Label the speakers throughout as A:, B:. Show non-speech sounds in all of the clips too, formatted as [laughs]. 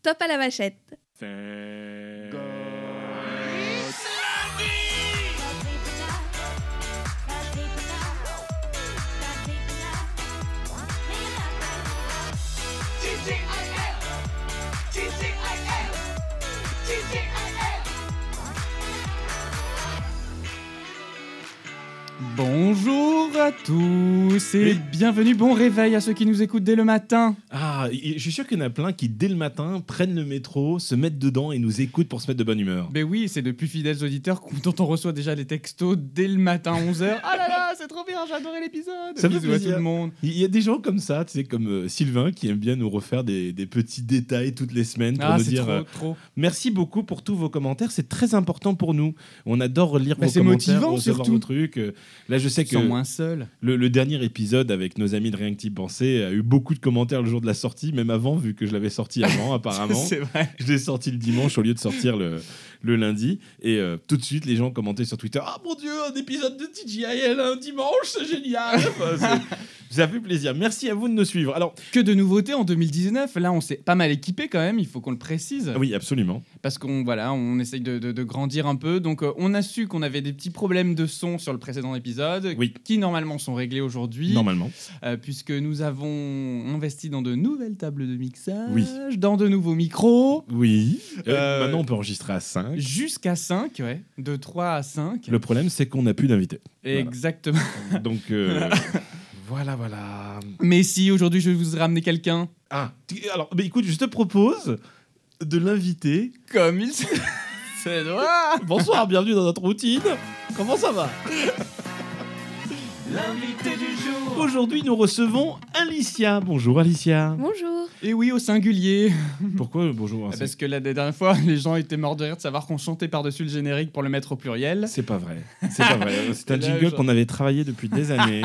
A: Stop à la machette.
B: Bonjour à tous et bienvenue, bon réveil à ceux qui nous écoutent dès le matin.
C: Ah, y- je suis sûr qu'il y en a plein qui, dès le matin, prennent le métro, se mettent dedans et nous écoutent pour se mettre de bonne humeur.
B: Ben oui, c'est de plus fidèles auditeurs qu'on- dont on reçoit déjà les textos dès le matin 11h. Ah là là, c'est trop bien, j'ai adoré l'épisode.
C: Ça fait
B: Bisous à tout
C: plaisir.
B: le monde.
C: Il y a des gens comme ça, tu sais, comme euh, Sylvain, qui aime bien nous refaire des, des petits détails toutes les semaines pour
B: Ah,
C: nous
B: c'est
C: dire
B: trop,
C: euh,
B: trop.
C: merci beaucoup pour tous vos commentaires, c'est très important pour nous. On adore lire
B: Bah,
C: vos
B: c'est
C: commentaires,
B: motivant,
C: recevoir
B: surtout.
C: vos trucs. Euh, Là, je sais que
B: Sans moins seul. [laughs]
C: le, le dernier épisode avec nos amis de Rien que t'y penser a eu beaucoup de commentaires le jour de la sortie, même avant, vu que je l'avais
B: [laughs]
C: sorti avant, apparemment.
B: C'est vrai.
C: [laughs] Je l'ai sorti le dimanche au lieu de sortir le, le lundi. Et euh, tout de suite, les gens commentaient sur Twitter Ah mon Dieu, un épisode de TGIL un dimanche, c'est [laughs] génial Enfin, c'est- Ça fait plaisir. Merci à vous de nous suivre. Alors,
B: Que de nouveautés en 2019. Là, on s'est pas mal équipé quand même, il faut qu'on le précise.
C: ah oui, absolument.
B: parce qu'on voilà, on essaye de, de- de grandir un peu. Donc euh, on a su qu'on avait des petits problèmes de son sur le précédent épisode,
C: Oui.
B: qui normalement sont réglés aujourd'hui,
C: Normalement.
B: euh, puisque nous avons investi dans de nouvelles tables de mixage,
C: Oui.
B: dans de nouveaux micros,
C: Oui. Euh,
B: Euh,
C: Maintenant, on peut enregistrer à 5.
B: jusqu'à 5, ouais, de 3 à 5.
C: Le problème, c'est qu'on n'a plus d'invités.
B: Exactement. [laughs]
C: Donc, euh, [laughs] voilà, voilà.
B: Mais si aujourd'hui je vais vous ramener quelqu'un,
C: Ah, tu- alors, mais écoute, je te propose de l'inviter.
B: comme il se... [laughs] C'est droit
C: Bonsoir, bienvenue dans notre routine. Comment ça va
B: L'invité du jour
C: Aujourd'hui, nous recevons Alicia. Bonjour, Alicia.
A: Bonjour.
B: Et oui, au singulier
C: Pourquoi bonjour hein,
B: Ah,
C: c'est-
B: Parce que la dernière fois, [laughs] les gens étaient morts de rire de savoir qu'on chantait par-dessus le générique pour le mettre au pluriel.
C: C'est pas
B: [laughs]
C: vrai. C'est pas vrai. C'est un
B: Là,
C: jingle
B: je-
C: qu'on avait travaillé depuis
B: [laughs]
C: des années.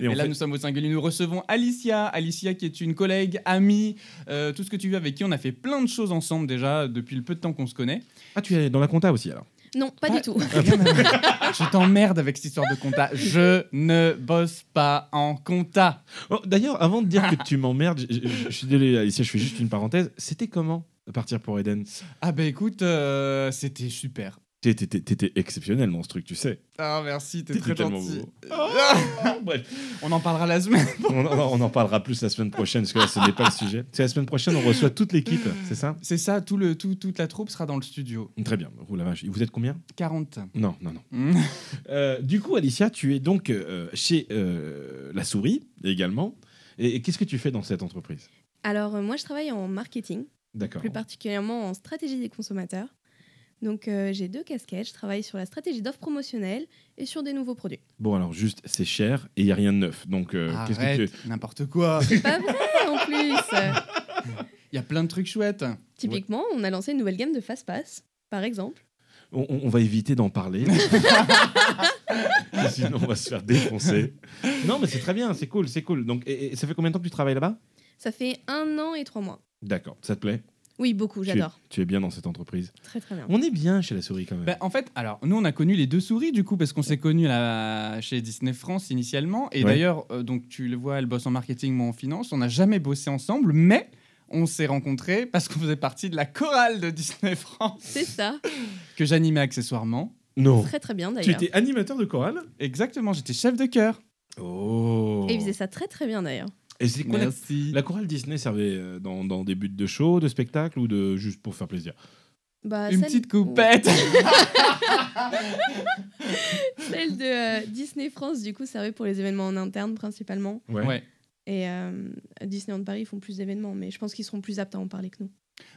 C: Et,
B: Et
C: en
B: là,
C: fait-
B: nous sommes au singulier. Nous recevons Alicia. Alicia, qui est une collègue, amie, euh, tout ce que tu veux, avec qui on a fait plein de choses ensemble déjà depuis le peu de temps qu'on se connaît.
C: Ah, tu es dans la compta aussi alors.
A: Non, pas
B: Pas-
A: du tout.
B: Je t'emmerde avec cette histoire de compta. Je ne bosse pas en compta.
C: Oh, D'ailleurs, avant de dire que tu m'emmerdes, je, je- je suis désolé, Alicia, je fais juste une parenthèse. C'était comment partir pour Eden
B: Ah bah écoute, euh, c'était super.
C: T'é- t'é- t'é- T'étais exceptionnel dans ce truc, tu sais.
B: Ah merci, t'es
C: T'étais
B: très
C: tellement
B: gentil.
C: beau.
B: Ah
C: Bref,
B: on en parlera la semaine.
C: on, en- on en parlera plus la semaine prochaine parce que là, ce n'est pas le sujet. C'est la semaine prochaine, on reçoit toute l'équipe, c'est ça
B: C'est ça, tout le, tout, toute la troupe sera dans le studio.
C: Très bien. Roule la vache. Vous êtes combien
B: 40.
C: Non, non, non.
B: Hmm.
C: Euh, du coup, Alicia, tu es donc euh, chez euh, La Souris également. Et, et qu'est-ce que tu fais dans cette entreprise
A: Alors, euh, moi, je travaille en marketing,
C: D'accord.
A: plus particulièrement en stratégie des consommateurs. Donc, euh, j'ai deux casquettes. Je travaille sur la stratégie d'offres promotionnelles et sur des nouveaux produits.
C: Bon, alors juste, c'est cher et il n'y a rien de neuf. Donc, euh, qu'est-ce que
B: Arrête,
C: tu...
B: n'importe quoi.
A: C'est pas vrai en plus.
B: Il y a plein de trucs chouettes.
A: Typiquement, on a lancé une nouvelle gamme de Fast Pass, par exemple.
C: on, on- on va éviter d'en
B: [laughs]
C: parler. [laughs] Sinon, on va se faire défoncer. Non, mais c'est très bien, c'est cool, c'est cool. Donc, et, et ça fait combien de temps que tu travailles là-bas
A: Ça fait un an et trois mois.
C: D'accord, ça te plaît
A: Oui, beaucoup,
C: Tu es-
A: j'adore.
C: Tu, es bien dans cette entreprise.
A: Très, très bien.
C: On est bien chez La Souris quand même.
B: Bah, en fait, alors nous on a connu les deux souris du coup parce qu'on s'est connus là, chez Disney France initialement et
C: Ouais.
B: d'ailleurs euh, donc tu le vois elle bosse en marketing moi en finance on n'a jamais bossé ensemble mais on s'est rencontrés parce qu'on faisait partie de la chorale de Disney France
A: C'est ça.
B: que j'animais accessoirement
C: non.
A: Très, très bien
C: Tu
A: d'ailleurs.
C: étais animateur de chorale
B: exactement j'étais chef de chœur
C: Oh.
A: Et il faisait ça très, très bien d'ailleurs.
C: Et c'est quoi la
B: merci
C: La chorale Disney servait euh, dans, dans des buts de show, de spectacle ou de juste pour faire plaisir
A: Bah,
B: une
A: celle-
B: petite coupette
A: Celle de euh, Disney France, du coup, servait pour les événements en interne principalement.
C: Ouais.
B: ouais
A: Et euh, Disneyland Paris, ils font plus d'événements, mais je pense qu'ils seront plus aptes à en parler que nous.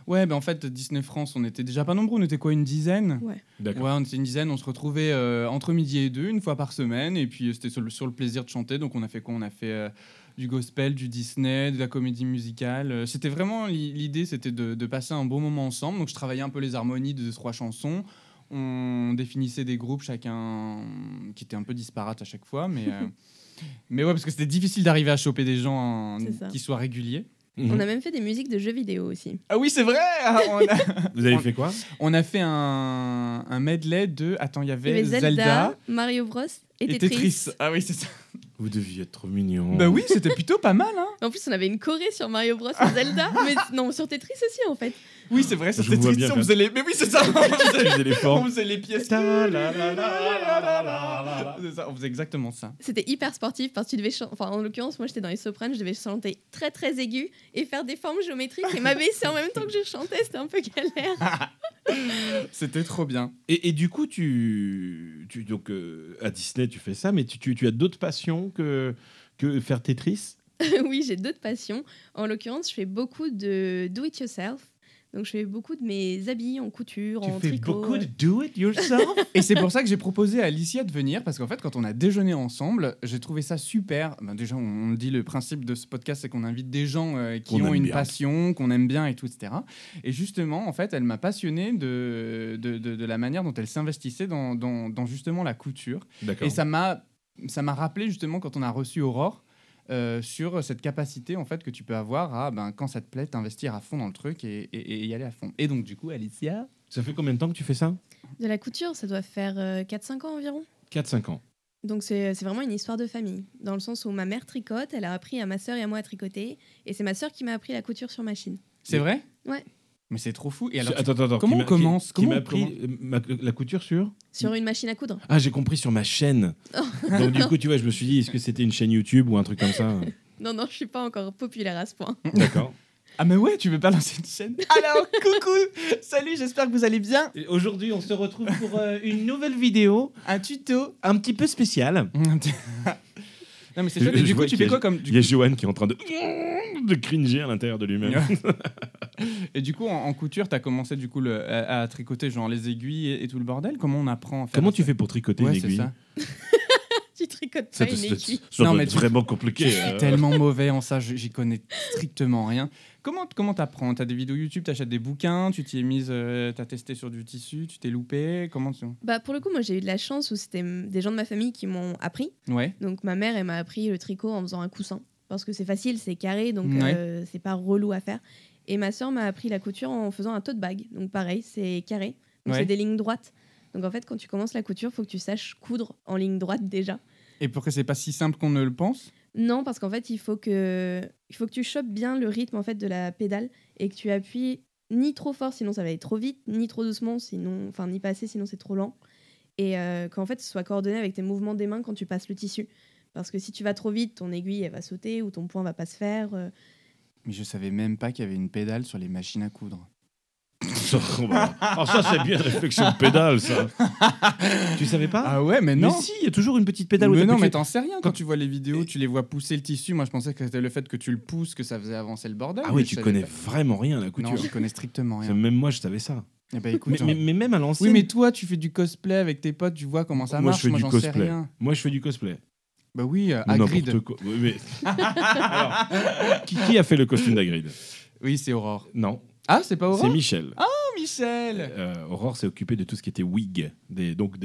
B: ouais bah, en fait Disney France on était déjà pas nombreux on était quoi une dizaine
C: D'accord.
B: Ouais, on était une dizaine, on se retrouvait euh, entre midi et deux, une fois par semaine, et puis euh, c'était sur le, sur le plaisir de chanter. Donc on a fait quoi On a fait euh, du gospel, du Disney, de la comédie musicale. Euh, c'était vraiment l'i- l'idée, c'était de, de passer un bon moment ensemble. Donc je travaillais un peu les harmonies de deux, trois chansons. On définissait des groupes chacun qui étaient un peu disparates à chaque fois, mais
A: [laughs]
B: euh, mais ouais parce que c'était difficile d'arriver à choper des gens hein,
A: C'est ça.
B: qui soient réguliers.
C: Mhm.
A: On a même fait des musiques de jeux vidéo aussi.
B: Ah oui c'est vrai. Ah, on, a,
C: Vous avez fait quoi
B: [laughs] on a fait un, un medley de attends
A: Il
B: il y
A: y
B: avait
A: avait Zelda,
B: Zelda
A: Mario Bros et,
B: et
A: Tetris.
B: Ah oui, c'est ça.
C: Vous deviez être trop mignon. [laughs]
B: Bah oui, c'était plutôt pas mal. Hein.
A: En plus, on avait une Corée sur Mario Bros et [laughs] Zelda, mais non, sur Tetris aussi en fait.
B: Oui, c'est vrai,
C: Je
B: sur
C: vous vois
B: Tetris,
C: bien
B: on
C: faire
B: faisait les. Mais oui, c'est ça on faisait-
C: Les
B: [laughs] On
C: éléphants.
B: faisait les pièces.
C: Ta-la-la-la-la-la-la-la-la.
B: C'est ça, on faisait exactement ça.
A: C'était hyper sportif parce que tu devais chan- enfin en l'occurrence moi j'étais dans les sopranes, je devais chanter très très aigu et faire des formes géométriques et m'abaisser en même temps que je chantais, c'était un peu galère. [laughs]
B: C'était trop bien.
C: [laughs] Et, et du coup, tu, tu donc euh, à Disney, tu fais ça, mais tu, tu- tu as d'autres passions que que faire Tetris.
A: oui, j'ai d'autres passions. En l'occurrence, je fais beaucoup de do it yourself. Donc je fais beaucoup de mes habits en couture, en tricot. ouais.
C: do it yourself.
B: Et c'est pour ça que j'ai proposé à Alicia de venir, parce qu'en fait, quand on a déjeuné ensemble, j'ai trouvé ça super. Ben, déjà, on- on le dit, le principe de ce podcast, c'est qu'on invite des gens euh, qui
C: Qu'on
B: ont
C: aime
B: une
C: bien.
B: passion, qu'on aime bien et tout, etc. Et justement, en fait, elle m'a passionné de, de, de- de la manière dont elle s'investissait dans, dans- dans justement la couture.
C: [laughs] D'accord.
B: Et ça m'a, ça m'a rappelé justement quand on a reçu Aurore euh, sur cette capacité en fait que tu peux avoir à ben, quand ça te plaît t'investir à fond dans le truc et, et- et y aller à fond. Et donc du coup Alicia,
C: Ça fait combien de temps que tu fais ça
A: De la couture, ça doit faire euh, 4-5 ans environ.
C: 4-5 ans.
A: Donc c'est c'est vraiment une histoire de famille, dans le sens où ma mère tricote, elle a appris à ma sœur et à moi à tricoter, et c'est ma sœur qui m'a appris la couture sur machine.
B: c'est
C: Oui.
B: vrai
A: Ouais.
B: Mais c'est trop fou. Et alors,
C: attends, attends, attends, qui
B: comment on
C: m'a- qui-
B: commence
C: Qui,
B: Comment
C: m'a
B: on
C: appris euh, ma- la couture sur
A: Sur une machine à coudre. [laughs]
C: Ah, j'ai compris sur ma chaîne.
B: Oh.
C: Donc
B: [laughs]
C: du coup, tu vois, je me suis dit, est-ce que c'était une chaîne YouTube ou un truc comme ça
A: Non, non, je suis pas encore populaire à ce point. [laughs]
C: D'accord.
B: ah mais ouais, tu veux pas lancer une chaîne [laughs] Alors coucou, salut, j'espère que vous allez bien.
C: Aujourd'hui, on se retrouve pour euh, une nouvelle vidéo,
B: Un tuto.
C: un petit peu spéciale.
B: non mais c'est
C: Je-
B: chouette. Et
C: je
B: du coup
C: vois
B: tu
C: qu'il
B: fais quoi comme du
C: Il y a Johan qui est en train de, de cringer à l'intérieur de lui-même.
B: Et du coup en, en couture t'as commencé du coup le- à, à tricoter genre les aiguilles et, et tout le bordel. Comment on apprend à faire
C: Comment tu
B: ça
C: fais pour tricoter
B: Ouais,
C: une
B: c'est
C: aiguille
B: ça.
A: tu tricotes
C: Ça
A: pas
C: te-
A: une
C: ça-
A: aiguille.
C: ça
B: Non,
C: doit
B: mais
C: être
B: tu-
C: vraiment compliqué.
B: Je suis
C: euh.
B: tellement mauvais en ça, je- j'y connais strictement rien. Comment comment t'apprends T'as des vidéos YouTube, t'achètes des bouquins, tu t'y es mise, euh, t'as testé sur du tissu, tu t'es loupé. Comment tu...
A: Bah pour le coup, moi j'ai eu de la chance où c'était mm, des gens de ma famille qui m'ont appris.
B: Ouais.
A: Donc ma mère, elle m'a appris le tricot en faisant un coussin. Parce que c'est facile, c'est carré, donc
B: Ouais.
A: euh, c'est pas relou à faire. Et ma soeur m'a appris la couture en faisant un tote bag. Donc pareil, c'est carré. Donc
B: Ouais.
A: c'est des lignes droites. Donc en fait, quand tu commences la couture, faut que tu saches coudre en ligne droite déjà.
B: Et pour que c'est pas si simple qu'on ne le pense.
A: Non, parce qu'en fait, il faut que, il faut que tu chopes bien le rythme en fait de la pédale et que tu appuies ni trop fort, sinon ça va aller trop vite, ni trop doucement, sinon, enfin, ni pas assez, sinon c'est trop lent. Et euh, qu'en fait, ce soit coordonné avec tes mouvements des mains quand tu passes le tissu. Parce que si tu vas trop vite, ton aiguille, elle va sauter ou ton point va pas se faire. euh.
B: Mais je savais même pas qu'il y avait une pédale sur les machines à coudre.
C: Ça, on va- Alors ça, c'est bien une réflexion de pédale, ça. [laughs] tu savais pas
B: Ah ouais, mais non.
C: Mais si, il y a toujours une petite pédale. où
B: mais non,
C: t'appuies-
B: mais t'en sais rien. Quand
C: Quand-
B: tu vois les vidéos, tu les vois pousser le tissu. Moi, je pensais que c'était le fait que tu le pousses que ça faisait avancer le bordel.
C: Ah
B: mais
C: oui,
B: je
C: tu
B: savais
C: connais
B: pas.
C: vraiment rien à la
B: Non,
C: couture.
B: je connais strictement
C: Ça,
B: rien.
C: même moi, je savais ça.
B: Eh ben, écoute,
C: Mais,
B: hein.
C: mais- mais même à l'ancienne.
B: Oui, mais toi, tu fais du cosplay avec tes potes, tu vois comment ça
C: moi, je
B: marche.
C: fais
B: moi,
C: du
B: j'en sais
C: cosplay.
B: rien.
C: Moi, je fais du cosplay.
B: Bah oui, euh,
C: Ou
B: Hagrid.
C: n'importe quoi. Oui,
B: [laughs]
C: mais- Alors, qui, qui a fait le costume d'Agrid
B: Oui, c'est Aurore.
C: Non,
B: Ah, c'est pas
C: c'est
B: Aurore Ah.
C: Michel.
B: Michel
C: Euh, Aurore s'est occupée de tout ce qui était wig, des, donc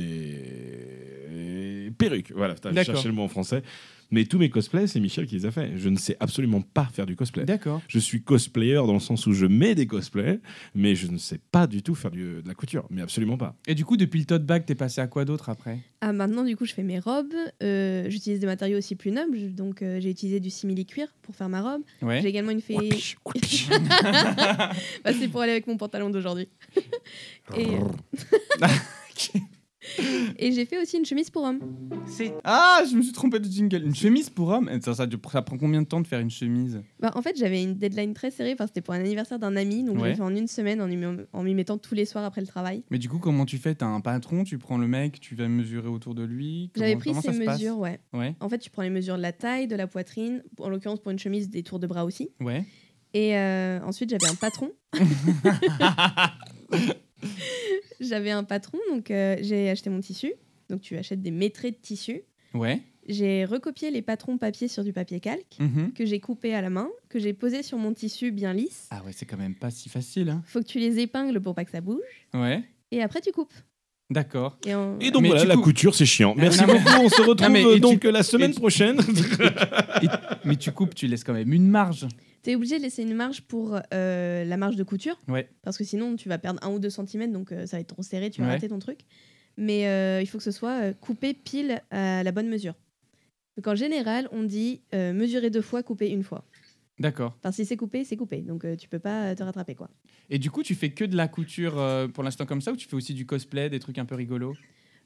C: des perruques. Voilà, putain, je
B: D'accord.
C: cherchais le mot en français. Mais tous mes cosplays, c'est Michel qui les a fait. Je ne sais absolument pas faire du cosplay.
B: D'accord.
C: Je suis cosplayer dans le sens où je mets des cosplays, mais je ne sais pas du tout faire du- de la couture, mais absolument pas.
B: Et du coup, depuis le tote bag, t'es passé à quoi d'autre après
A: Ah, maintenant, du coup, je fais mes robes. euh, J'utilise des matériaux aussi plus nobles. Donc euh, j'ai utilisé du simili-cuir pour faire ma robe. J'ai
B: Ouais.
A: également une fée.
C: Ouapiche, ouapiche.
A: [laughs] Bah, c'est pour aller avec mon pantalon d'aujourd'hui. [laughs] Et- euh, Et j'ai fait aussi une chemise pour homme.
B: Ah, je me suis trompé de jingle. Une chemise pour homme Eh, ça, ça, ça prend combien de temps de faire une chemise
A: Bah, en fait, j'avais une deadline très serrée parce que c'était pour un anniversaire d'un ami, donc je
B: Ouais.
A: l'ai fait en une semaine en y me- en m'y mettant tous les soirs après le travail.
B: Mais du coup, comment tu fais T'as un patron, tu prends le mec, tu vas mesurer autour de lui
A: J'avais
B: Comment-
A: pris
B: comment
A: ces
B: ça se passe
A: mesures, ouais.
B: Ouais.
A: En fait, tu prends les mesures de la taille, de la poitrine, en l'occurrence pour une chemise, des tours de bras aussi.
B: Ouais.
A: Et euh, ensuite, j'avais un
B: [laughs]
A: patron. j'avais un patron, donc euh, j'ai acheté mon tissu. Donc tu achètes des métrés de tissu.
B: Ouais.
A: J'ai recopié les patrons papier sur du papier calque,
B: Mhm.
A: que j'ai coupé à la main, que j'ai posé sur mon tissu bien lisse.
B: Ah ouais, c'est quand même pas si facile. Hein.
A: Faut que tu les épingles pour pas que ça bouge.
B: Ouais.
A: Et après, tu coupes.
B: D'accord.
A: [laughs] Et en-
C: Et donc
B: Mais
C: voilà,
B: du
C: la
B: coup-
C: couture, c'est chiant. Merci
B: Non, mais-
C: beaucoup, on se retrouve
B: Non, mais-
C: euh,
B: et tu-
C: donc euh, la semaine
B: et tu- [laughs]
C: prochaine.
B: Mais tu coupes, tu laisses quand même une marge.
A: T'es obligé de laisser une marge pour euh, la marge de couture.
B: Ouais.
A: Parce que sinon, tu vas perdre un ou deux centimètres, donc euh, ça va être trop serré, tu vas
B: Ouais.
A: rater ton truc. Mais euh, il faut que ce soit euh, coupé pile à la bonne mesure. Donc en général, on dit euh, mesurer deux fois, couper une fois.
B: D'accord.
A: Enfin, si c'est coupé, c'est coupé. Donc euh, tu peux pas euh, te rattraper, quoi.
B: Et du coup, tu fais que de la couture euh, pour l'instant comme ça ou tu fais aussi du cosplay, des trucs un peu rigolos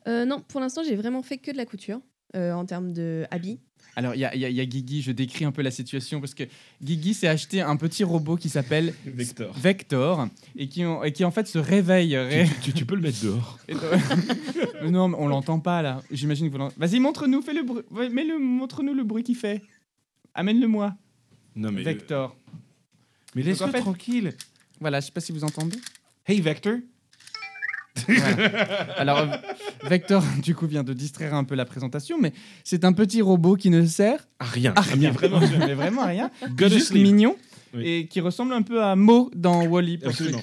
A: Euh, non, pour l'instant, j'ai vraiment fait que de la couture euh, en termes de habits.
B: Alors, il y a, il y a- il y a Guigui, je décris un peu la situation parce que Guigui s'est acheté un petit robot qui s'appelle
C: Vector.
B: Vector et qui, en- et qui en fait se réveille. ré-
C: Tu, tu peux le mettre dehors.
B: [laughs] Et donc- non, mais on l'entend pas là. J'imagine que vous l'entendez. Vas-y, montre-nous, fais le bruit. Ouais, Mets-le, montre-nous le bruit qu'il fait. Amène-le-moi,
C: Non mais. euh,
B: Vector.
C: Mais
B: laisse-le Donc, en fait-
C: tranquille.
B: Voilà, je sais pas si vous entendez.
C: Hey Vector.
B: Alors, euh, Vector, [laughs] du coup, vient de distraire un peu la présentation, mais c'est un petit robot qui ne sert
C: Ah rien.
B: à
C: Ah, mais
B: rien.
C: vraiment.
B: mais vraiment à [laughs] rien.
C: Go to
B: Juste
C: sleep.
B: mignon
C: Oui.
B: et qui ressemble un peu à Mo dans Wally.
C: Absolument.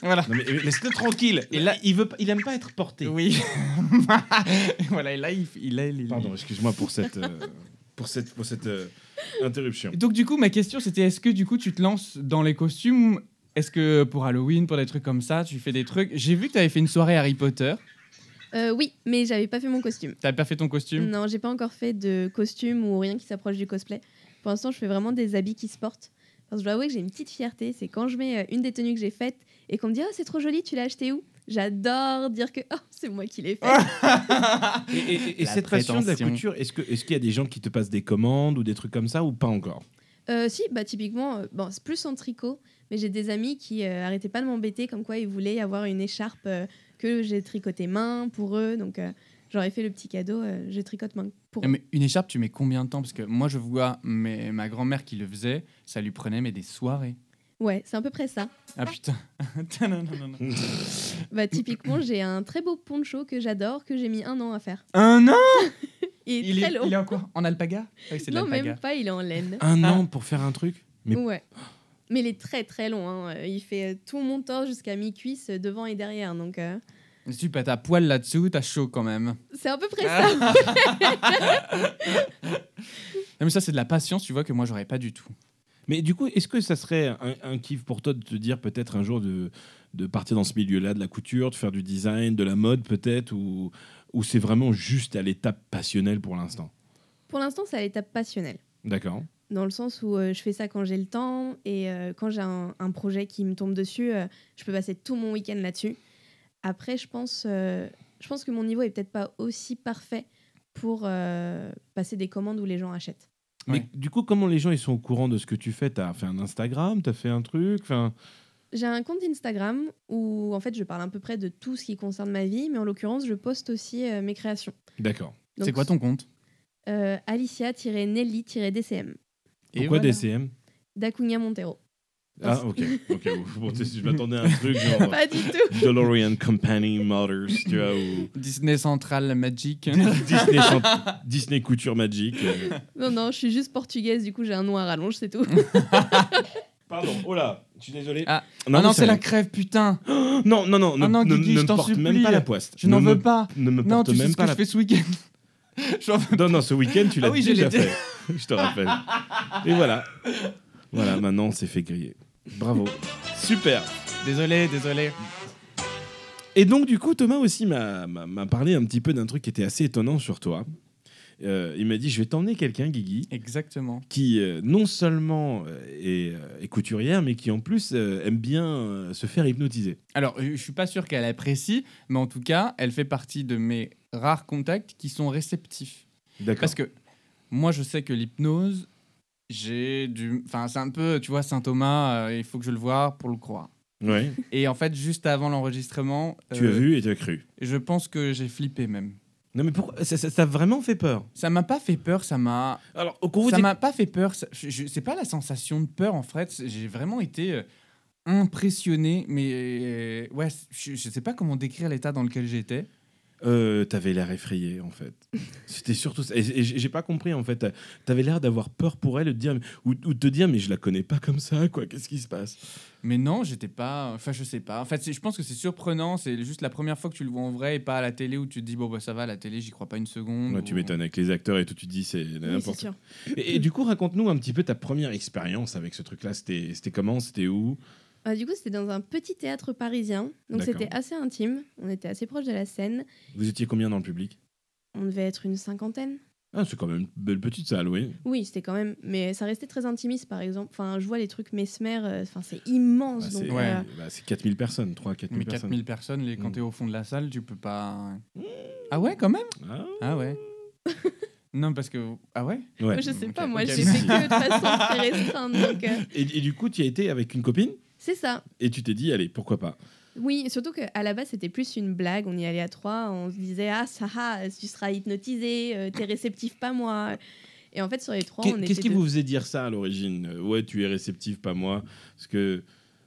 B: Voilà.
C: Non mais mais laisse-le tranquille.
B: Et là-
C: il veut, pas- il aime pas être porté.
B: Oui. [laughs] voilà, et là, il, il a les-
C: Pardon, excuse-moi pour cette, euh, pour cette, pour cette euh, interruption.
B: Et Donc, du coup, ma question, c'était est-ce que du coup, tu te lances dans les costumes Est-ce que pour Halloween, pour des trucs comme ça, tu fais des trucs J'ai vu que tu avais fait une soirée Harry Potter.
A: Euh, oui, mais j'avais pas fait mon costume.
B: Tu pas fait ton costume
A: Non, j'ai pas encore fait de costume ou rien qui s'approche du cosplay. Pour l'instant, je fais vraiment des habits qui se portent. Parce que je dois avouer que j'ai une petite fierté, c'est quand je mets euh, une des tenues que j'ai faites et qu'on me dit oh c'est trop joli, tu l'as acheté où J'adore dire que oh c'est moi qui l'ai fait.
C: Et, et- et- et
B: La
C: cette passion de la
B: prétention.
C: couture, est-ce que- est-ce qu'il y a des gens qui te passent des commandes ou des trucs comme ça ou pas encore
A: Euh, si, bah typiquement, euh, bon, c'est plus en tricot, mais j'ai des amis qui euh, arrêtaient pas de m'embêter comme quoi ils voulaient avoir une écharpe euh, que j'ai tricotée main pour eux, donc euh, j'aurais fait le petit cadeau, euh, je tricote main pour
B: Eh,
A: eux.
B: mais une écharpe, tu mets combien de temps Parce que moi, je vois mais ma grand-mère qui le faisait, ça lui prenait mais des soirées.
A: Ouais, c'est à peu près ça.
B: Ah putain. [laughs] Tadadadadada.
A: Bah typiquement, j'ai un très beau poncho que j'adore, que j'ai mis un an à faire.
B: Un an
A: Il est
B: il
A: très
B: est,
A: long.
B: il est en quoi En alpaga Ah Oui, c'est de
A: non,
B: l'alpaga.
A: même pas, il est en
C: [laughs]
A: laine.
C: Un an pour faire un truc Ah, Mais-
A: Ouais. Mais il est très très long, hein. Euh, il fait euh, tout mon torse jusqu'à mi-cuisse, euh, devant et derrière, donc euh,
B: Tu pas ta poil là-dessous, t'as chaud quand même.
A: c'est à peu près ça. [laughs]
B: Non, mais ça, c'est de la patience, tu vois, que moi, j'aurais pas du tout.
C: Mais du coup, est-ce que ça serait un, un kiff pour toi de te dire peut-être un jour de, de partir dans ce milieu-là, de la couture, de faire du design, de la mode peut-être, ou, ou c'est vraiment juste à l'étape passionnelle pour l'instant
A: Pour l'instant, c'est à l'étape passionnelle.
C: D'accord.
A: dans le sens où euh, je fais ça quand j'ai le temps et euh, quand j'ai un, un projet qui me tombe dessus, euh, je peux passer tout mon week-end là-dessus. Après, je pense, euh, je pense que mon niveau est peut-être pas aussi parfait pour euh, passer des commandes où les gens achètent.
C: Mais
B: Ouais.
C: du coup, comment les gens ils sont au courant de ce que tu fais T'as fait un Instagram, t'as fait un truc, enfin.
A: J'ai un compte Instagram où en fait je parle à peu près de tout ce qui concerne ma vie, mais en l'occurrence je poste aussi euh, mes créations.
C: D'accord.
A: Donc,
B: C'est quoi ton compte
A: euh, Alicia-Nelly-DCM
C: Pourquoi
B: voilà.
C: DCM
A: d'Acunha Montero.
C: Ah ok. ok. Bon, tu sais, je m'attendais à un truc
B: [laughs]
C: genre
A: Pas du tout.
C: DeLorean Company Motors, tu vois, ou
B: Disney Central [laughs] Magic.
C: Disney, Cent- Disney Couture Magic. euh.
A: Non non, je suis juste portugaise, du coup j'ai un nom à rallonge, c'est tout.
C: Pardon, oh là, je suis désolé.
B: Ah. Non, non, c'est la crève, putain.
C: Non, non, non, ne,
B: Ah non,
C: ne-
B: Guigui,
C: ne
B: je
C: me
B: t'en
C: porte même
B: supplie.
C: pas la poisse.
B: Je n'en
C: Ne
B: veux
C: me-
B: pas.
C: Ne me porte
B: Non, tu sais
C: même
B: ce
C: pas
B: que je
C: la
B: fais ce week-end. [laughs] J'en veux-
C: Non, non, ce week-end, tu l'as
B: Ah oui, je
C: déjà
B: l'ai
C: fait. je te rappelle. Et
B: [laughs]
C: voilà. Voilà, maintenant, on s'est fait griller. Bravo. Super.
B: Désolé, désolé.
C: Et donc, du coup, Thomas aussi m'a m'a- m'a parlé un petit peu d'un truc qui était assez étonnant sur toi. Euh, il m'a dit Je vais t'emmener quelqu'un, Guigui,
B: Exactement.
C: qui euh, non seulement euh, est, euh, est couturière, mais qui en plus euh, aime bien euh, se faire hypnotiser.
B: Alors, je je suis pas sûr qu'elle apprécie, mais en tout cas, elle fait partie de mes rares contacts qui sont réceptifs.
C: D'accord.
B: Parce que moi, je sais que l'hypnose, j'ai du. Enfin, c'est un peu, tu vois, saint Thomas, euh, il faut que je le voie pour le croire.
C: Ouais,
B: Et en fait, juste avant l'enregistrement,
C: tu as
B: euh,
C: vu et tu as cru.
B: je pense que j'ai flippé même.
C: Non, mais pourquoi Ça- ça- ça a vraiment fait peur.
B: Ça m'a pas fait peur, ça m'a.
C: Alors, au cours
B: ça m'a pas fait peur. ça- je- je- C'est pas la sensation de peur en fait. c'est- J'ai vraiment été euh, impressionné, mais euh, ouais, c- je, je sais pas comment décrire l'état dans lequel j'étais.
C: Euh, t'avais l'air effrayé en fait. C'était surtout ça. Et, et j'ai j'ai pas compris en fait. T'avais l'air d'avoir peur pour elle de te dire, ou, ou de te dire, mais je la connais pas comme ça, quoi. Qu'est-ce qui se passe
B: Mais non, j'étais pas. Enfin, je sais pas. En fait, c'est- je pense que c'est surprenant. C'est juste la première fois que tu le vois en vrai et pas à la télé où tu te dis bon bah ça va, la télé, j'y crois pas une seconde.
C: Ouais, Tu
B: ou-
C: m'étonnes avec les acteurs et tout, tu te dis, c'est
A: Oui, [laughs] c'est
C: n'importe
A: sûr.
C: quoi. Et, et du coup, raconte-nous un petit peu ta première expérience avec ce truc-là. C'était c'était comment C'était où
A: Euh, du coup, c'était dans un petit théâtre parisien, donc
C: D'accord.
A: c'était assez intime. On était assez proche de la scène.
C: Vous étiez combien dans le public
A: On devait être une cinquantaine.
C: Ah, c'est quand même une belle petite salle, oui.
A: Oui, c'était quand même. Mais ça restait très intimiste, par exemple. Enfin, je vois les trucs mesmer. euh, Enfin, c'est immense.
C: Bah,
A: donc,
C: c'est
B: ouais.
A: euh,
C: bah, c'est 4000 personnes, 3 4000
B: Mais
C: personnes.
B: 4000 personnes, les, quand
C: Mm.
B: t'es au fond de la salle, tu peux pas. Ah ouais, quand même
C: Ah,
B: Ah ouais. non, parce que. Ah ouais
C: ouais.
A: Je sais
B: Ok,
A: pas, moi,
B: ok.
A: j'ai fait que de façon très restreinte. donc,
C: [laughs]
A: euh,
C: Et, et du coup, tu y as été avec une copine
A: c'est ça.
C: et tu t'es dit, allez, pourquoi pas
A: Oui, surtout qu'à la base, c'était plus une blague. On y allait à trois, on se disait Ah, ça, ah, tu seras hypnotisé, euh, t'es réceptif, pas moi. Et en fait, sur les trois, on
C: Qu'est-
A: était.
C: Qu'est-ce qui
A: deux.
C: vous faisait dire ça à l'origine Euh, Ouais, tu es réceptif, pas moi. Parce que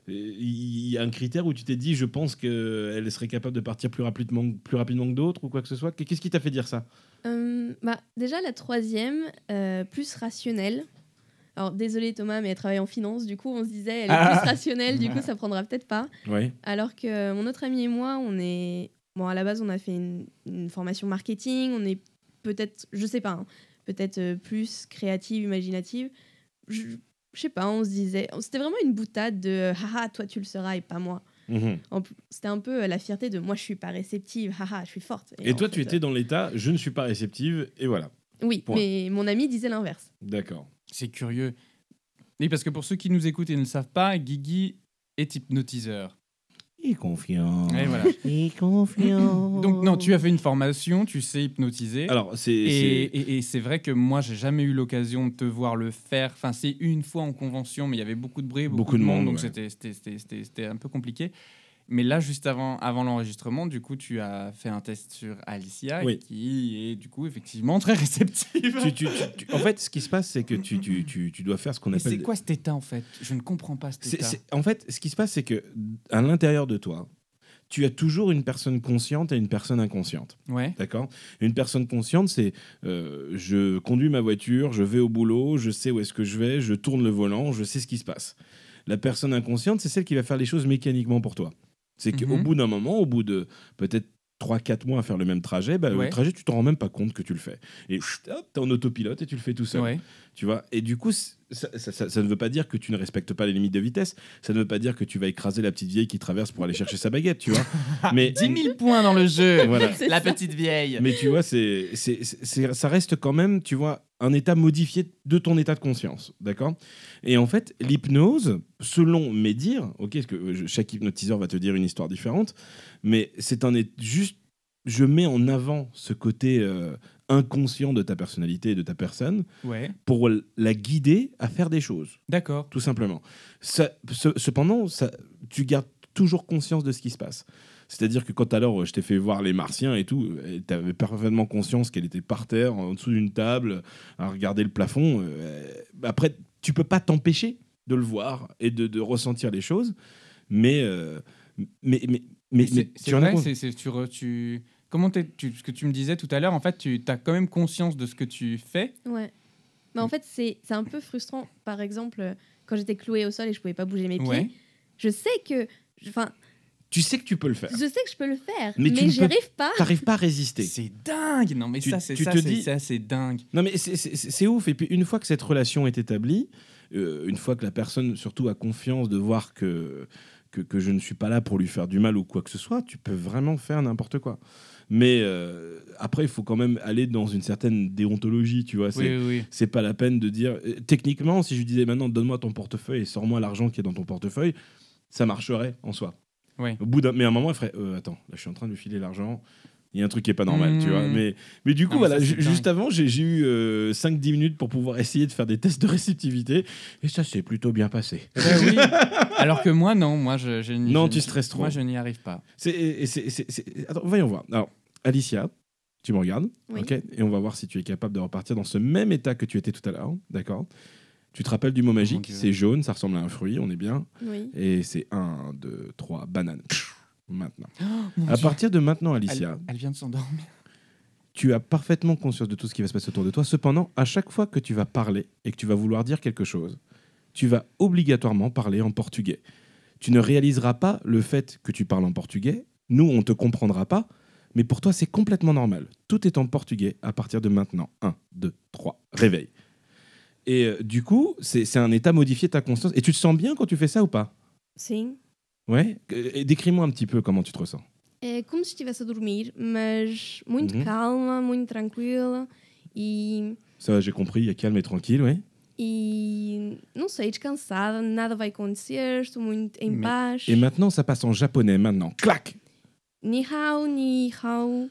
C: euh, il y a un critère où tu t'es dit, je pense qu'elle serait capable de partir plus rapidement, plus rapidement que d'autres ou quoi que ce soit. Qu'est-ce qui t'a fait dire ça
A: Euh, bah, Déjà, la troisième, euh, plus rationnelle. Alors, désolé Thomas, mais elle travaille en finance, du coup, on se disait Elle est
B: Ah.
A: plus rationnelle, du coup, ça prendra peut-être pas.
C: Ouais.
A: Alors que euh, mon autre ami et moi, on est. Bon, à la base, on a fait une, une formation marketing, on est peut-être, je sais pas, hein, peut-être euh, plus créative, imaginative. Je, je sais pas, on se disait. C'était vraiment une boutade de euh, haha, toi tu le seras et pas moi.
C: Mhm.
A: En plus, C'était un peu euh, la fierté de moi je suis pas réceptive, haha, je suis forte.
C: Et,
A: en
C: toi,
A: fait,
C: tu
A: euh,
C: étais dans l'état, je ne suis pas réceptive, et voilà.
A: Oui,
C: Point.
A: mais mon ami disait
C: [laughs]
A: l'inverse.
C: D'accord.
B: C'est curieux. Oui, parce que pour ceux qui nous écoutent et ne le savent pas, Guigui est hypnotiseur.
C: Et confiant.
B: Et voilà.
C: Et confiant.
B: Donc non, tu as fait une formation, tu sais hypnotiser.
C: Alors, c'est.
B: et
C: c'est-
B: et- et c'est vrai que moi, j'ai jamais eu l'occasion de te voir le faire. Enfin, c'est une fois en convention, mais il y avait beaucoup de bruit, beaucoup, de monde, donc
C: ouais.
B: c'était- c'était- c'était c'était- c'était un peu compliqué. Mais là, juste avant, avant l'enregistrement, du coup, tu as fait un test sur Alicia,
C: Oui.
B: qui est du coup effectivement très réceptive.
C: tu- tu- tu- tu- en fait, ce qui se passe, c'est que tu, tu, tu, tu dois faire ce qu'on
B: Mais
C: appelle.
B: c'est quoi cet état en fait Je ne comprends pas cet
C: C'est-
B: état.
C: c'est- en fait, ce qui se passe, c'est que à l'intérieur de toi, tu as toujours une personne consciente et une personne inconsciente.
B: Ouais.
C: D'accord Une personne consciente, c'est euh, je conduis ma voiture, je vais au boulot, je sais où est-ce que je vais, je tourne le volant, je sais ce qui se passe. La personne inconsciente, c'est celle qui va faire les choses mécaniquement pour toi. C'est qu'au
B: Mhm.
C: bout d'un moment, au bout de peut-être 3-4 mois à faire le même trajet, bah,
B: Ouais.
C: le trajet, tu t'en rends même pas compte que tu le fais. Et chut, hop, t'es en autopilote et tu le fais tout seul
B: Ouais.
C: tu vois et du coup c- ça, ça- ça- ça ne veut pas dire que tu ne respectes pas les limites de vitesse ça ne veut pas dire que tu vas écraser la petite vieille qui traverse pour aller chercher sa baguette tu vois
B: [laughs]
C: mais
B: 10 000 points dans le jeu.
C: voilà
A: C'est ça.
B: petite vieille.
C: mais tu vois c'est c'est- c'est- ça reste quand même tu vois un état modifié de ton état de conscience d'accord et en fait l'hypnose selon mes dires ok parce que euh, je- chaque hypnotiseur va te dire une histoire différente mais c'est un é- juste je mets en avant ce côté euh, inconscient de ta personnalité et de ta personne
B: Ouais.
C: pour l- la guider à faire des choses
B: D'accord.
C: tout simplement. Ça- ce- cependant, ça, tu gardes toujours conscience de ce qui se passe. C'est-à-dire que quand alors euh, je t'ai fait voir les martiens et tout, tu avais parfaitement conscience qu'elle était par terre, en dessous d'une table, à regarder le plafond. euh, après, tu peux pas t'empêcher de le voir et de, de ressentir les choses, mais euh, mais mais mais,
B: Mais
C: mais
B: c'est- c'est
C: tu en as
B: vrai,
C: conscience.
B: c'est- c'est- tu, re- tu- Comment t'es- tu, ce que tu me disais tout à l'heure, en fait, tu as quand même conscience de ce que tu fais.
A: [laughs] Ouais. Mais en fait, c'est c'est un peu frustrant. Par exemple, euh, quand j'étais clouée au sol et je pouvais pas bouger mes pieds,
B: Ouais.
A: je sais que. Enfin,
C: tu sais que tu peux le faire.
A: je sais que je peux le faire,
C: Mais
A: mais,
C: tu ne
A: j'y
C: peux-
A: arrive pas.
C: T'arrives pas à résister.
B: C'est dingue. Non, mais
C: Tu-
B: ça, c'est
C: tu
B: ça,
C: te
B: c'est-
C: dis-
B: ça, c'est dingue.
C: Non, mais c'est- c'est c'est- c'est ouf. Et puis, une fois que cette relation est établie, euh, une fois que la personne, surtout, a confiance de voir que, que, que je ne suis pas là pour lui faire du mal ou quoi que ce soit, tu peux vraiment faire n'importe quoi. Mais euh, après, il faut quand même aller dans une certaine déontologie, tu vois.
B: Oui,
C: C'est
B: oui,
C: [laughs]
B: oui.
C: c'est pas la peine de dire. euh, Techniquement, si je lui disais maintenant, donne-moi ton portefeuille et sors-moi l'argent qui est dans ton portefeuille, ça marcherait en soi.
B: Ouais.
C: Au bout d'un, mais à un moment, elle ferait euh, attends, là, je suis en train de lui filer l'argent. Il y a un truc qui est pas normal,
B: Mmh.
C: tu vois. Mais, mais du coup,
B: Non, mais
C: voilà,
B: ça, c'est
C: ju-
B: dingue.
C: juste avant, j'ai j'ai eu 5-10 minutes pour pouvoir essayer de faire des tests de réceptivité. Et ça s'est plutôt bien passé.
B: Bah oui. Alors que moi, non. Moi, je, je n'y-
C: Non,
B: je-
C: tu stresses trop.
B: Moi, je n'y arrive pas.
C: C'est, et c'est- c'est- c'est- Attends, voyons voir. Alors, Alicia, tu me regardes,
A: Oui.
C: ok Et on va voir si tu es capable de repartir dans ce même état que tu étais tout à l'heure, d'accord Tu te rappelles du mot magique
B: Dieu.
C: C'est jaune, ça ressemble à un fruit, on est bien.
A: Oui.
C: Et c'est 1, 2, 3, banane. Maintenant.
B: Oh, Mon
C: À
B: Dieu.
C: partir de maintenant,
B: elle,
C: Alicia,
B: elle vient de s'endormir.
C: tu as parfaitement conscience de tout ce qui va se passer autour de toi. Cependant, à chaque fois que tu vas parler et que tu vas vouloir dire quelque chose, tu vas obligatoirement parler en portugais. Tu ne réaliseras pas le fait que tu parles en portugais. Nous, on ne te comprendra pas. Mais pour toi, c'est complètement normal. Tout est en portugais à partir de maintenant. 1, 2, 3, réveil. Et euh, du coup, c'est c'est un état modifié de ta conscience. Et tu te sens bien quand tu fais ça ou pas
A: Sim.
C: Ouais Euh, et Décris-moi un petit peu comment tu te ressens.
A: É como se estivesse a dormir, mas muito
C: Uhum.
A: calma, muito tranquila E,
C: Ça va, j'ai compris, il y a calme et tranquille, oui.
A: e não sei, descansada, nada vai acontecer, estou muito em
B: Me-
A: paz.
C: Et maintenant, ça passe en japonais, maintenant. Clac
A: Ni hao, ni hao,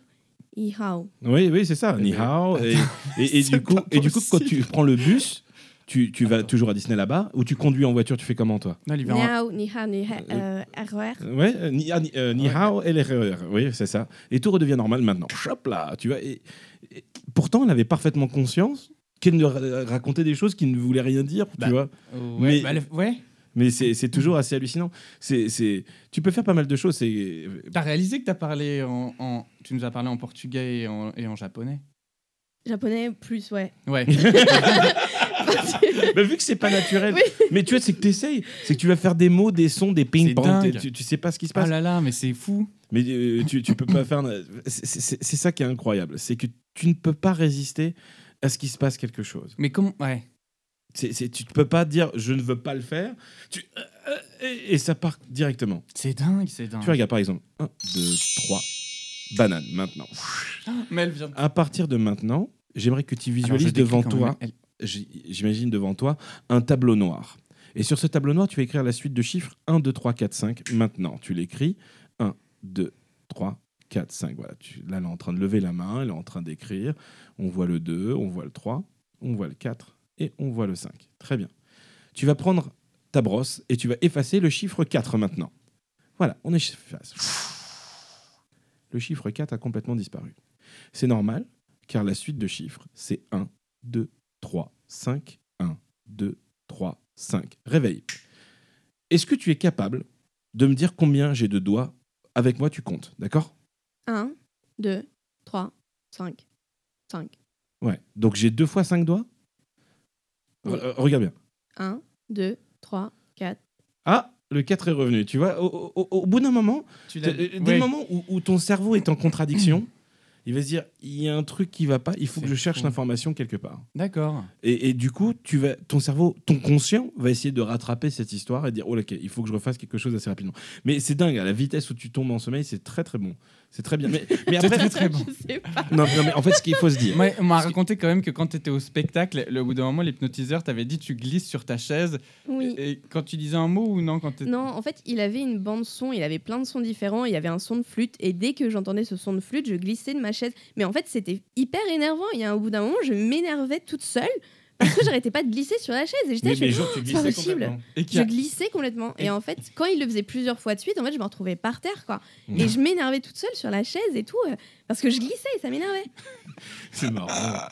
A: ni hao.
C: Oui, oui, c'est ça.
B: Eh
C: Ni
B: ben,
C: hao. Et, [laughs] et- et
B: c'est
C: du coup,
B: pas
C: et du coup, quand
B: possible.
C: tu prends le bus, tu, tu vas
B: Attends.
C: toujours à Disney là-bas ou tu conduis en voiture, tu fais comment toi
B: Non, il va en-
A: Niao, ni hao, ni ha- euh, RER.
C: Ouais, euh, ni, ah, ni- euh, ni
B: Ouais.
C: hao et les RER. Oui, c'est ça. Et tout redevient normal maintenant. Hop là, tu vois. Et, et pourtant, elle avait parfaitement conscience qu'elle ne ra- racontait des choses qui ne voulaient rien dire, tu
B: Bah.
C: vois.
B: Oh,
C: Mais-
B: Ouais. bah, le- ouais.
C: Mais c'est c'est toujours assez hallucinant. C'est c'est- tu peux faire pas mal de choses. [laughs] C'est
B: T'as réalisé que t'as parlé en, en- tu nous as parlé en portugais et en, et en japonais.
A: Japonais plus, ouais.
B: Ouais.
C: Bah, vu que c'est pas naturel.
A: Oui.
C: Mais tu vois, c'est que t'essayes. C'est que tu vas faire des mots, des sons, des ping-pong.
B: dingue.
C: t'es- Tu, tu sais pas ce qui se
B: oh
C: passe.
B: là là, mais c'est fou.
C: Mais euh, tu, tu peux pas faire. c'est- C'est c'est ça qui est incroyable. C'est que tu ne peux pas résister à ce qui se passe quelque chose.
B: Mais comment Ouais.
C: C'est c'est- tu ne peux pas dire je ne veux pas le faire. Tu, euh, euh, et, et ça part directement.
B: C'est dingue, c'est dingue.
C: Tu regardes par exemple 1, 2, 3, banane maintenant.
B: Mais elle vient.
C: À partir de maintenant, j'aimerais que tu
B: Ah. Alors, je
C: visualises
B: décris
C: devant
B: quand même.
C: toi
B: Elle-
C: j- j'imagine devant toi, un tableau noir. Et sur ce tableau noir, tu vas écrire la suite de chiffres 1, 2, 3, 4, 5. Maintenant, tu l'écris 1, 2, 3, 4, 5. Voilà, tu, là, elle est en train de lever la main, elle est en train d'écrire. On voit le 2, on voit le 3, on voit le 4 et on voit le 5. Très bien. Tu vas prendre ta brosse et tu vas effacer le chiffre 4 maintenant. Voilà, on efface. Le chiffre 4 a complètement disparu. C'est normal, car la suite de chiffres, c'est 1, 2, 3, 5, 1, 2, 3, 5. Réveil. Est-ce que tu es capable de me dire combien j'ai de doigts Avec moi, tu comptes, d'accord
A: 1, 2, 3, 5. 5.
C: Ouais. Donc j'ai deux fois cinq doigts Re-
A: Oui.
C: euh, Regarde bien.
A: 1, 2, 3, 4.
C: Ah, le 4 est revenu. Tu vois, au, au- au- au bout d'un moment,
B: Tu
C: t'as-
B: l'as.
C: euh, des
B: ouais.
C: moments où, où ton cerveau est en
B: [coughs]
C: contradiction, il va se dire il y a un truc qui va pas, il faut que
B: C'est
C: je cherche
B: fou.
C: l'information quelque part.
B: D'accord.
C: Et, et du coup, tu vas, ton cerveau, ton conscient va essayer de rattraper cette histoire et dire oh, ok, il faut que je refasse quelque chose assez rapidement. Mais c'est dingue, à la vitesse où tu tombes en sommeil, c'est très très bon. C'est très bien. Mais,
A: [laughs]
C: mais après,
B: très, très bon.
A: Je sais pas.
C: non, non, mais en fait, ce qu'il faut se dire.
B: Moi, on m'a raconté quand même que quand tu étais au spectacle, le, au bout d'un moment, l'hypnotiseur t'avait dit tu glisses sur ta chaise.
A: Oui.
B: Et, et quand tu disais un mot ou non quand t'étais-
A: Non, en fait, il avait une bande son, il avait plein de sons différents, il y avait un son de flûte, et dès que j'entendais ce son de flûte, je glissais de ma chaise. Mais en fait, c'était hyper énervant, il y a un au bout d'un moment, je m'énervais toute seule, parce que j'arrêtais pas de glisser sur la chaise, et j'étais là,
C: Mais,
A: je, oh,
C: mais genre, tu
A: c'est pas
C: glissais
A: possible.
C: complètement.
B: Et
A: je
B: qui a-
A: glissais complètement. Et en fait, quand il le faisait plusieurs fois de suite, en fait, je me retrouvais par terre, quoi.
C: Mmh.
A: Et je m'énervais toute seule sur la chaise et tout, euh, parce que je glissais, et ça m'énervait.
C: C'est marrant.
B: [laughs]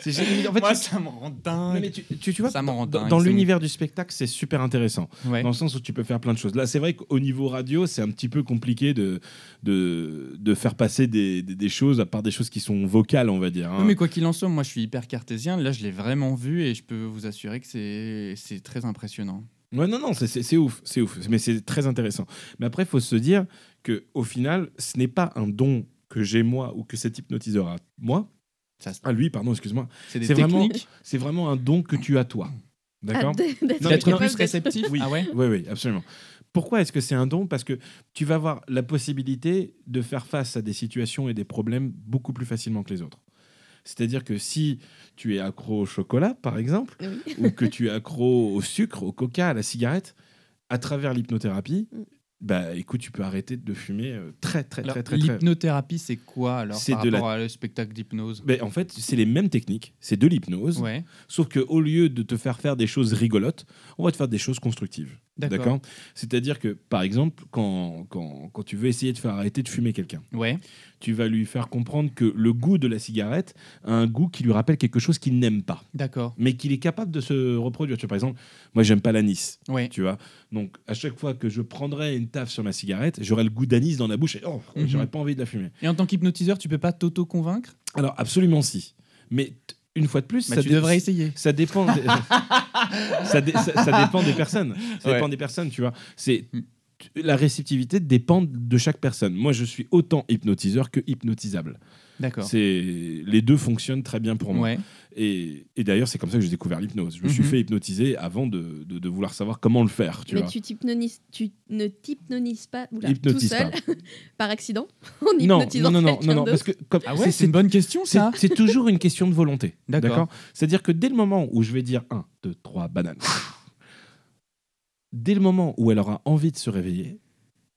C: C'est génial. En fait,
B: Moi,
C: tu-
B: ça me rend
C: non,
B: dingue.
C: mais tu, tu- tu vois,
B: Ça me rend
C: dans,
B: dingue,
C: dans
B: c'est
C: l'univers du spectacle, c'est super intéressant.
B: Ouais.
C: Dans le sens où tu peux faire plein de choses. Là, c'est vrai qu'au niveau radio, c'est un petit peu compliqué de, de, de faire passer des, des- des choses, à part des choses qui sont vocales, on va dire. hein.
B: Non, mais quoi qu'il en soit, moi je suis hyper cartésien. Là, je l'ai vraiment vu et je peux vous assurer que c'est c'est très impressionnant.
C: Ouais, non, non, c'est- c'est c'est ouf, c'est ouf, mais c'est très intéressant. Mais après, il faut se dire que au final, ce n'est pas un don que j'ai moi ou que cet hypnotiseur a moi,
B: Ça, c'est-
C: ah lui, pardon, excuse-moi,
B: C'est des
C: C'est vraiment-
B: techniques
C: c'est vraiment un don que tu as toi.
A: Ah,
C: D'accord
A: d- d'être
C: Non, mais-
B: d'être
A: capable
B: plus
A: d'être-
B: réceptif.
C: Oui.
B: Ah ouais.
C: Oui, oui, absolument. Pourquoi est-ce que c'est un don Parce que tu vas avoir la possibilité de faire face à des situations et des problèmes beaucoup plus facilement que les autres. C'est-à-dire que si tu es accro au chocolat, par exemple,
A: Oui.
C: ou que tu es accro au sucre, au coca, à la cigarette, à travers l'hypnothérapie,
A: Mm.
C: bah écoute, tu peux arrêter de fumer euh, très très
B: Alors,
C: très très très.
B: L'hypnothérapie, c'est Bah, quoi alors
C: C'est
B: par
C: de la-
B: rapport au spectacle d'hypnose
C: Mais en fait, c'est les mêmes techniques, c'est de l'hypnose,
B: Ouais.
C: sauf que au lieu de te faire faire des choses rigolotes, on va te faire des choses constructives.
B: D'accord.
C: D'accord C'est-à-dire que, par exemple, quand, quand, quand tu veux essayer de faire arrêter de fumer quelqu'un,
B: Ouais.
C: tu vas lui faire comprendre que le goût de la cigarette a un goût qui lui rappelle quelque chose qu'il n'aime pas,
B: D'accord.
C: mais qu'il est capable de se reproduire. Tu vois, par exemple, moi, j'aime pas l'anis.
B: Ouais.
C: tu vois. Donc à chaque fois que je prendrais une taf sur ma cigarette, j'aurais le goût d'anis dans la bouche et oh,
B: Mhm.
C: j'aurais pas envie de la fumer.
B: Et en tant qu'hypnotiseur, tu peux pas t'auto-convaincre
C: Alors absolument si, mais t- une fois de plus,
B: Bah,
C: ça
B: Tu
C: dé-
B: devrais essayer.
C: Ça
B: [laughs]
C: dépend. des- ça, dé- ça- ça dépend des personnes. Ça
B: Ouais.
C: dépend des personnes, tu vois. C'est
B: Mm.
C: tu- la réceptivité dépend de chaque personne. Moi, je suis autant hypnotiseur que hypnotisable.
B: D'accord.
C: C'est les deux fonctionnent très bien pour moi.
B: Ouais.
C: Et, et d'ailleurs, c'est comme ça que j'ai découvert l'hypnose. Je me
B: Mhm.
C: suis fait hypnotiser avant de, de- de vouloir savoir comment le faire. Tu
A: mais
C: vois.
A: tu, t'hypnonises- tu ne t'hypnonises pas oula, tout
C: Hypnotise
A: seul
C: pas.
A: [laughs] par accident [laughs] en
C: Non,
A: hypnotisant
C: non, non, non,
A: quelqu'un
C: non, non, parce
A: d'autre.
C: que comme-
B: Ah
C: c'est-
B: ouais, c'est
C: c'est
B: une bonne question
C: C'est-
B: ça.
C: C'est toujours une question de volonté.
B: D'accord.
C: D'accord. C'est-à-dire que dès le moment où je vais dire 1, 2, 3, banane, dès le moment où elle aura envie de se réveiller,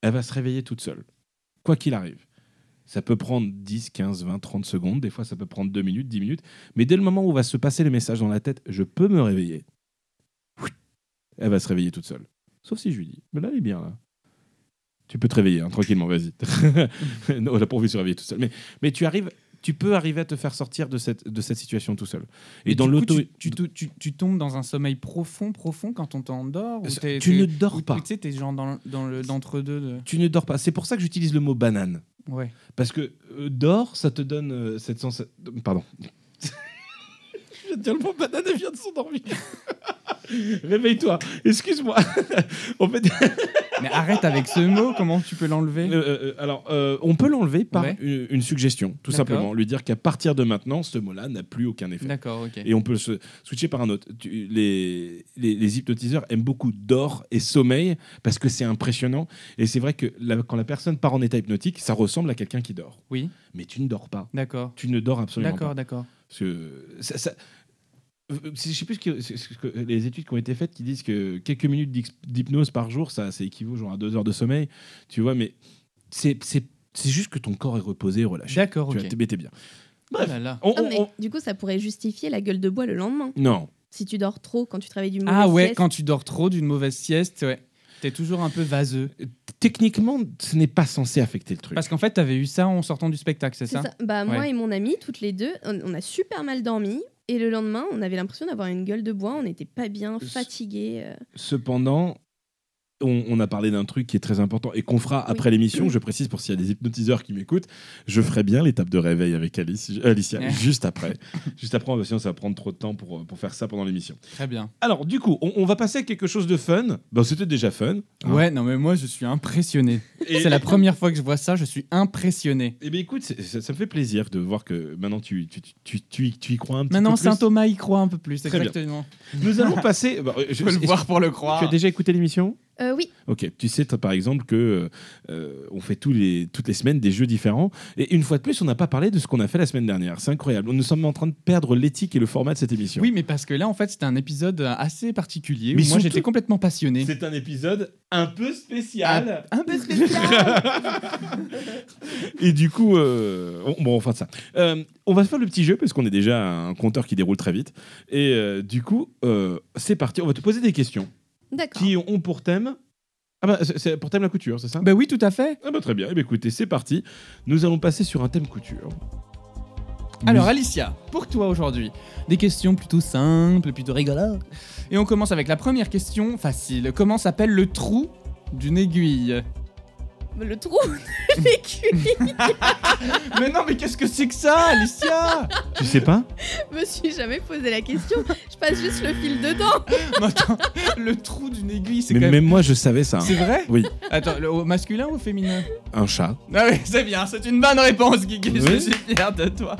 C: elle va se réveiller toute seule, quoi qu'il arrive. Ça peut prendre 10, 15, 20, 30 secondes, des fois ça peut prendre 2 minutes, 10 minutes, mais dès le moment où va se passer le message dans la tête, je peux me réveiller, elle va se réveiller toute seule. Sauf si je lui dis, mais là elle est bien là. Tu peux te réveiller hein, tranquillement, vas-y. [laughs] non, elle a pas envie de se réveiller toute seule. Mais, mais tu arrives, tu peux arriver à te faire sortir de cette, de cette situation tout seul. Et,
B: Mais
C: dans
B: du coup,
C: l'auto,
B: tu, tu, tu- tu tombes dans un sommeil profond, profond quand on t'endort. ou t'es-
C: tu ne
B: t'es- ou-
C: dors pas.
B: ou Tu sais, t'es genre dans, le- dans le d'entre deux. De...
C: Tu ne dors pas. C'est pour ça que j'utilise le mot banane.
B: Ouais.
C: Parce que euh, dors, ça te donne euh, cette sensation. Pardon. [laughs] Je viens de dire le mot banane, elle vient de s'endormir. [laughs] Réveille-toi. Excuse-moi. [laughs] en fait,
B: Mais arrête avec ce mot. Comment tu peux l'enlever
C: Euh, euh, alors, euh, on peut l'enlever par
B: Ouais.
C: une, une suggestion, tout
B: D'accord.
C: simplement. Lui dire qu'à partir de maintenant, ce mot-là n'a plus aucun effet.
B: D'accord. Ok.
C: Et on peut se switcher par un autre. Tu- les, les, les hypnotiseurs aiment beaucoup dors et sommeil parce que c'est impressionnant. Et c'est vrai que la- quand la personne part en état hypnotique, ça ressemble à quelqu'un qui dort.
B: Oui.
C: Mais tu ne dors pas.
B: D'accord.
C: Tu ne dors absolument pas.
B: D'accord. D'accord.
C: Parce que ça- ça- euh, je sais plus ce que, ce que- les études qui ont été faites qui disent que quelques minutes d'hyp- d'hypnose par jour, ça, ça équivaut genre à deux heures de sommeil, tu vois, mais c'est c'est- c'est juste que ton corps est reposé et relâché.
B: D'accord.
C: Ah, Tu
B: Ok.
C: vois, t'es- mais t'es bien.
B: Oh là là.
C: On-
A: Ah,
C: on-
A: mais
C: on-
A: Du coup, ça pourrait justifier la gueule de bois le lendemain.
C: Non,
A: Si tu dors trop quand tu travailles du mauvais
B: Ah ouais. Quand tu dors trop d'une mauvaise sieste, ouais. T'es toujours un peu vaseux.
C: techniquement, ce n'est pas censé affecter le truc.
B: Parce qu'en fait, t'avais eu ça en sortant du spectacle, c'est
A: C'est
B: ça,
A: ça. Bah, moi
B: Ouais.
A: et mon amie, toutes les deux, on, on a super mal dormi. Et le lendemain, on avait l'impression d'avoir une gueule de bois. On n'était pas bien,
C: S-
A: fatigué. euh.
C: Cependant, on, on a parlé d'un truc qui est très important et qu'on fera après l'émission. Je précise pour s'il y a des hypnotiseurs qui m'écoutent, je ferai bien l'étape de réveil avec Alice, euh, Alicia
B: Ouais.
C: juste après. juste après, on va- sinon ça va prendre trop de temps pour, euh, pour faire ça pendant l'émission.
B: Très bien.
C: Alors, du coup, on, on va passer à quelque chose de fun. Bon, c'était déjà fun. hein.
B: Ouais. Non, mais moi, je suis impressionné.
C: Et-
B: C'est la première fois que je vois ça. Je suis impressionné.
C: Eh bien, écoute, c'est- ça, ça me fait plaisir de voir que maintenant tu, tu, tu, tu, tu y- tu y crois un petit
B: Maintenant,
C: peu. plus.
B: Saint Thomas y croit un peu plus.
C: Très bien.
B: Exactement.
C: Nous
B: [laughs]
C: allons passer. bah, euh,
B: Je
C: je-
B: peux le
C: est-ce-
B: voir Ah. pour le
C: Tu as
B: croire.
C: déjà écouté l'émission
A: Euh, oui,
C: Ok, tu sais toi, par exemple que euh, on fait tous les, toutes les semaines des jeux différents et une fois de plus on n'a pas parlé de ce qu'on a fait la semaine dernière. C'est incroyable. Nous sommes en train de perdre l'éthique et le format de cette émission.
B: Oui, mais parce que là, en fait, c'était un épisode assez particulier.
C: Mais
B: où moi,
C: surtout-
B: j'étais complètement passionné. Ah, bah,
C: C'est un épisode un peu spécial.
B: Un peu spécial.
C: Et du coup, euh, on, bon, on fera de ça. Euh, on va se faire le petit jeu parce qu'on est déjà à un compteur qui déroule très vite. Et euh, du coup, euh, c'est parti. On va te poser des questions
A: d'accord.
C: qui ont pour thème. Ah bah, c'est- c'est pour thème la couture, c'est ça
B: ben oui, tout à fait.
C: Ah bah, très bien. Eh bien, écoutez, c'est parti. Nous allons passer sur un thème couture.
B: Alors, Alicia, pour toi aujourd'hui, des questions plutôt simples, plutôt rigolotes. Et on commence avec la première question facile. Comment s'appelle le trou d'une aiguille
A: Bah, Le trou de l'écurie,
B: Mais non, mais qu'est-ce que c'est que ça, Alicia
C: Tu sais pas
A: je me suis jamais posé la question. Je passe juste le fil dedans. [laughs]
B: Mais attends, le trou d'une aiguille, c'est
C: Mais
B: quand même...
C: même moi, je savais ça.
B: C'est vrai
C: Oui.
B: Attends, le- au masculin ou au féminin
C: Un chat.
B: Ah oui, c'est bien, c'est une bonne réponse, Guigui, je
C: Oui.
B: suis fier de toi.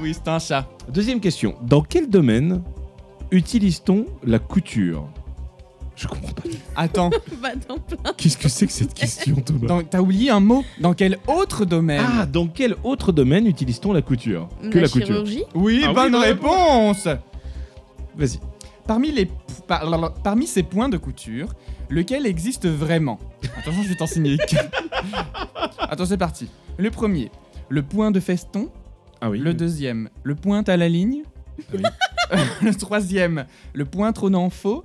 B: Oui, c'est un chat.
C: Deuxième question. Dans quel domaine utilise-t-on la couture Je comprends pas. [laughs]
B: Attends,
A: Bah, dans plein.
C: Qu'est-ce que c'est que cette question, Thomas
B: dans- t'as oublié un mot Dans quel autre domaine
C: Ah, dans quel autre domaine utilise-t-on la couture Que la,
A: la
C: couture.
A: chirurgie.
B: Oui,
C: Ah oui,
B: bonne
C: bonne
B: réponse
C: Vas-y.
B: Parmi, les, par- parmi ces points de couture, lequel existe vraiment Attention, je vais t'en signer
C: [laughs]
B: quatre. Attends, c'est parti. Le premier, le point de feston.
C: Ah oui.
B: Le deuxième, le point à la ligne.
C: Oui.
B: [laughs] le troisième, le point trônant faux.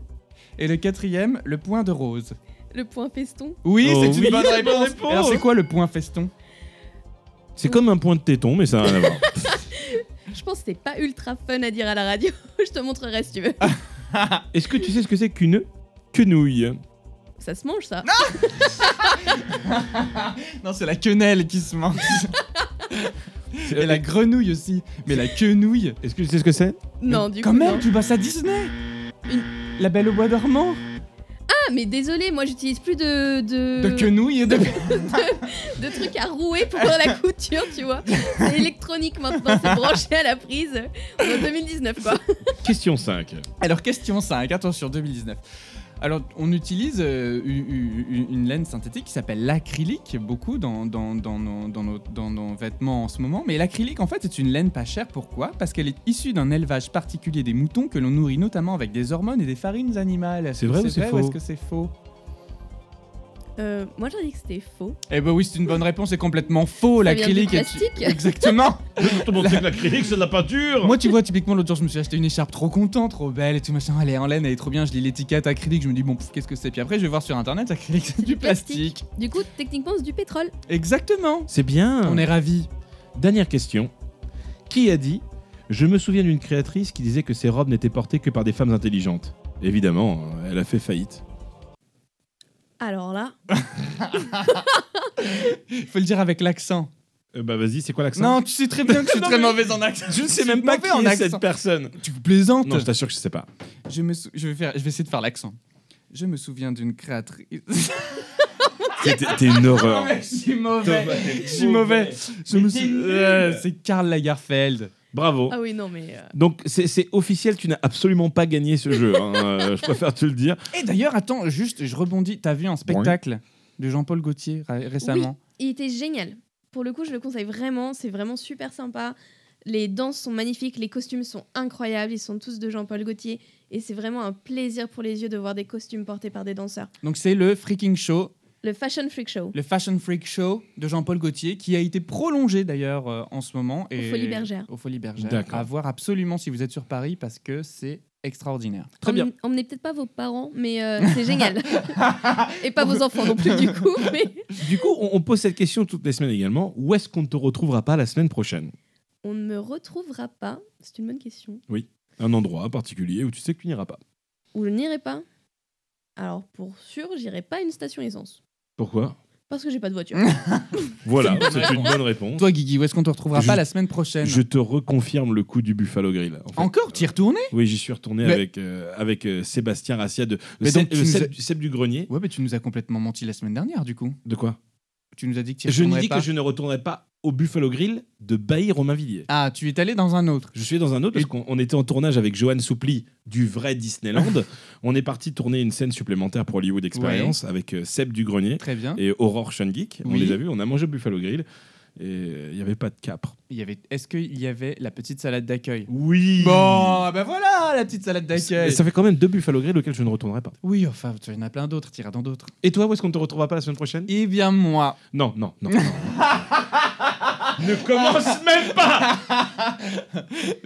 B: Et le quatrième, le point de rose.
A: Le point feston.
B: Oui,
C: Oh
B: c'est une
C: oui,
B: [laughs] bonne
C: bonne
B: réponse.
C: réponse.
B: Alors, c'est quoi le point feston
C: C'est comme un point de téton, mais ça n'a rien à voir.
A: Je pense que c'était pas ultra fun à dire à la radio. [laughs] je te montrerai si tu veux.
C: [laughs] Est-ce que tu sais ce que c'est qu'une quenouille
A: Ça se mange, ça.
B: Non, c'est la quenelle qui se [laughs] mange. Et la grenouille aussi. Mais la quenouille.
C: Est-ce que tu sais ce que c'est
A: non,
B: Mais
A: du
B: quand
A: coup.
B: même,
A: non.
B: tu passes à Disney La Belle au Bois dormant
A: Ah, mais désolé, moi j'utilise plus de de,
B: De quenouilles et de.
A: de trucs à rouer pour la couture, tu vois. C'est électronique maintenant, c'est branché à la prise. On est en 2019 quoi.
C: Question 5.
B: Alors, question 5, attention, 2019. Alors, on utilise euh, u- u- une laine synthétique qui s'appelle l'acrylique, beaucoup dans, dans, dans nos, dans nos- dans nos vêtements en ce moment. Mais l'acrylique, en fait, c'est une laine pas chère. Pourquoi Parce qu'elle est issue d'un élevage particulier des moutons que l'on nourrit notamment avec des hormones et des farines animales. Est-ce
C: C'est
B: que
C: vrai ou c'est
B: c'est vrai
C: faux
B: ou est-ce que c'est faux
A: Euh, moi j'aurais dit que c'était faux.
B: Eh ben oui, c'est une bonne réponse, c'est complètement faux.
A: Ça vient du
B: L'acrylique est-
A: plastique.
B: Exactement
C: Tout le monde sait que l'acrylique, c'est de la peinture.
B: Moi, tu vois, typiquement, l'autre jour, je me suis acheté une écharpe trop contente, trop belle et tout machin. Elle est en laine, elle est trop bien. Je lis l'étiquette acrylique, je me dis, bon, pff, qu'est-ce que c'est Puis après, je vais voir sur internet, acrylique, c'est du
A: du plastique.
B: plastique.
A: Du coup, techniquement, c'est du pétrole.
B: Exactement
C: C'est bien.
B: On est ravis.
C: Dernière question. Qui a dit Je me souviens d'une créatrice qui disait que ses robes n'étaient portées que par des femmes intelligentes. Évidemment, elle a fait faillite.
A: Alors là,
B: Il faut le dire avec l'accent.
C: Euh, bah vas-y, c'est quoi l'accent
B: Non, tu sais très bien que je suis
C: [laughs] Non,
B: très
C: mais-
B: mauvaise en accent.
C: je ne
B: Je
C: sais
B: suis
C: même pas
B: mauvais
C: qui
B: en
C: est
B: accent.
C: cette personne.
B: Tu plaisantes
C: Non, je t'assure que je sais pas.
B: je, me sou- je, vais faire... je vais essayer de faire l'accent. Je me souviens d'une créatrice. [laughs]
C: T'es t'es une
B: Non,
C: horreur.
B: mais je suis mauvais. Je suis mauvais. Je me
C: t'es
B: sou-
C: nul.
B: Euh, C'est Karl Lagerfeld.
C: Bravo.
A: ah oui, non, mais. euh,
C: Donc c'est c'est officiel, tu n'as absolument pas gagné ce jeu.
B: [laughs]
C: hein. Euh, je préfère te le dire.
B: Et d'ailleurs, attends, juste, je rebondis. T'as vu un spectacle de Jean-Paul Gaultier ré- récemment
A: Il était génial. Pour le coup, je le conseille vraiment. C'est vraiment super sympa. Les danses sont magnifiques, les costumes sont incroyables. Ils sont tous de Jean-Paul Gaultier. Et c'est vraiment un plaisir pour les yeux de voir des costumes portés par des danseurs.
B: Donc c'est le freaking show,
A: Le Fashion Freak Show.
B: le fashion freak show de Jean-Paul Gaultier, qui a été prolongé d'ailleurs euh, en ce moment. Et
A: Folies Bergère.
B: Au Folies Bergère.
C: D'accord.
B: À voir absolument si vous êtes sur Paris parce que c'est extraordinaire.
C: Très bien.
A: Emmenez- Emmenez peut-être pas vos parents, mais euh, c'est [laughs] génial. Et pas vos enfants non plus, du coup. Mais...
C: Du coup, on, on pose cette question toutes les semaines également. Où est-ce qu'on ne te retrouvera pas la semaine prochaine
A: On ne me retrouvera pas. C'est une bonne question.
C: Un endroit particulier où tu sais que tu n'iras pas.
A: Ou je n'irai pas. Alors, pour sûr, j'irai pas à une station essence.
C: Pourquoi
A: Parce que j'ai pas de voiture.
C: Voilà,
B: C'est une bonne
C: c'est une
B: réponse.
C: bonne réponse.
B: Toi, Guigui, où est-ce qu'on te retrouvera
C: Je-
B: pas la semaine prochaine
C: Je te reconfirme le coup du Buffalo Grill. en fait.
B: Encore Tu y retournais
C: Oui, j'y suis retourné
B: Mais-
C: avec, euh, avec euh, Sébastien Rassia de
B: Mais
C: Seb,
B: donc, tu
C: euh,
B: nous
C: Seb-
B: as-
C: du- Seb du Grenier.
B: Ouais, mais tu nous as complètement menti la semaine dernière, du coup.
C: De quoi
B: Tu nous as dit que tu y
C: Je ne
B: retournerais
C: dis
B: pas.
C: que je ne retournerai pas au Buffalo Grill de Bailly-Romainvilliers.
B: Ah, tu es allé dans un autre.
C: Je suis dans un autre parce qu'on on était en tournage avec Johan Soupli du vrai [laughs] Disneyland. on est parti tourner une scène supplémentaire pour Hollywood Experience avec euh, Seb du Grenier
B: Très bien.
C: et Aurore Shungeek. On
B: Oui.
C: les a vus, on a mangé au Buffalo Grill et euh, il n'y avait pas de capre.
B: Il y avait... Est-ce qu'il y avait la petite salade d'accueil
C: Oui
B: Bon, ben voilà, la petite salade
C: Ça
B: d'accueil.
C: ça fait quand même deux Buffalo Grill auxquels je ne retournerai pas.
B: Oui, enfin, tu en as plein d'autres, tu iras dans d'autres.
C: Et toi, où est-ce qu'on ne te retrouvera pas la semaine prochaine
B: Eh bien, moi,
C: Non, non, [laughs] non. non. ne commence même pas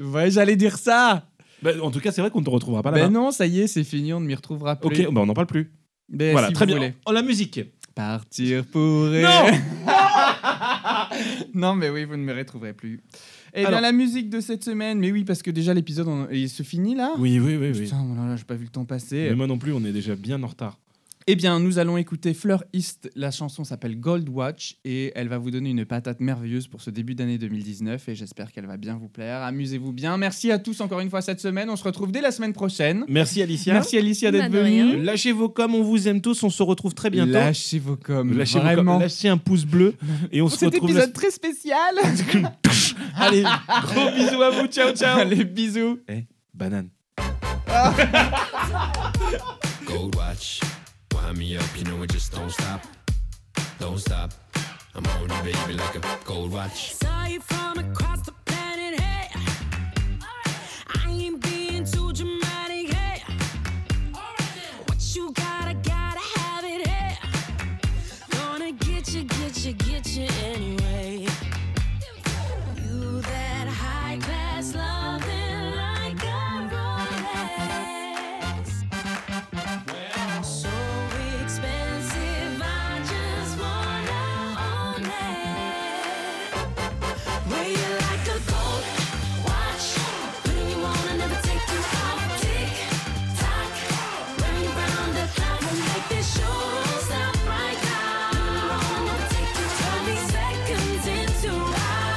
B: ouais, j'allais dire ça.
C: Bah, En tout cas, c'est vrai qu'on ne te retrouvera pas là-bas.
B: Ben non, ça y est, c'est fini, on ne m'y retrouvera plus.
C: ok, bah, on n'en parle plus.
B: Ben,
C: voilà,
B: si
C: très
B: vous
C: bien.
B: voulez.
C: Oh, la musique
B: Partir pour
C: Non
B: [laughs] Non, mais oui, vous ne me retrouverez plus. Eh
C: Alors-
B: bien, la musique de cette semaine, mais oui, parce que déjà l'épisode, on- il se finit là.
C: Oui, oui, oui, oui.
B: Putain, oh là là, j'ai pas vu le temps passer.
C: Mais moi non plus, on est déjà bien en retard.
B: Eh bien, nous allons écouter Fleur East. La chanson s'appelle Gold Watch et elle va vous donner une patate merveilleuse pour ce début d'année 2019 et j'espère qu'elle va bien vous plaire. Amusez-vous bien. Merci à tous encore une fois cette semaine. On se retrouve dès la semaine prochaine.
C: Merci Alicia.
B: Merci Alicia d'être
A: Bah, de rien.
B: venue.
C: Lâchez vos coms, on vous aime tous, on se retrouve très bientôt.
B: Lâchez vos coms.
C: Lâchez vos
B: vraiment.
C: coms, lâchez un pouce bleu
B: [laughs]
C: et on
B: Pour
C: se
B: cet
C: retrouve. la-
B: épisode très spécial.
C: Allez, gros bisous à vous, [laughs] ciao ciao.
B: Allez, bisous.
C: Banane.
D: Gold watch, wind me up, you know it just don't stop, don't stop. I'm on you, baby, like a gold watch.
E: Saw you from across the planet, hey. I ain't being too dramatic, hey. What you got, I gotta have it, hey. Gonna get you, get you, get you anyway. You that high class loving like a Rolex. So expensive, I just wanna own it. Wear you like a gold watch, putting you on and never take you off. Tick tock, wearing you 'round the clock. Won't make this show stop right now. Turn these seconds into eh. eh. eh.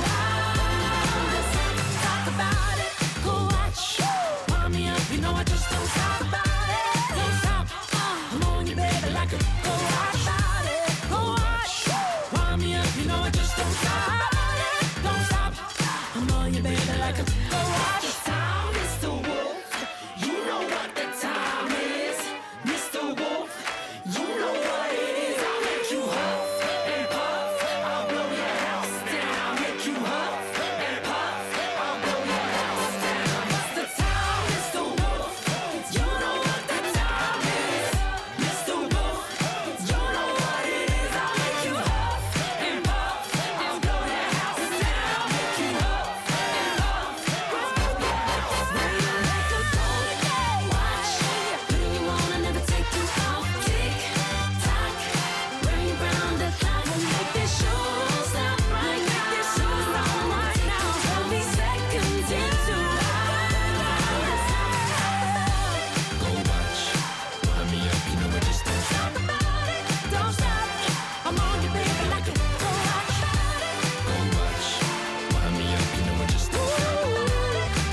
E: uh, uh, Uh, baby like a go watch. Wind me up, you know it just don't stop. Go watch. Wind me up, you know it just don't stop.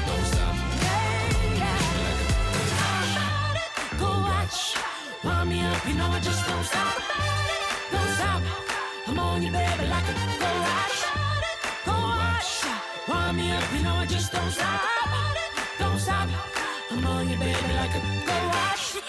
E: Don't stop. Wind me up, you know I just don't stop. Don't stop. I'm on you, baby, like a go watch. Go watch. Wind me up, you know I just don't stop. Don't stop. I'm on you, baby, like a go watch.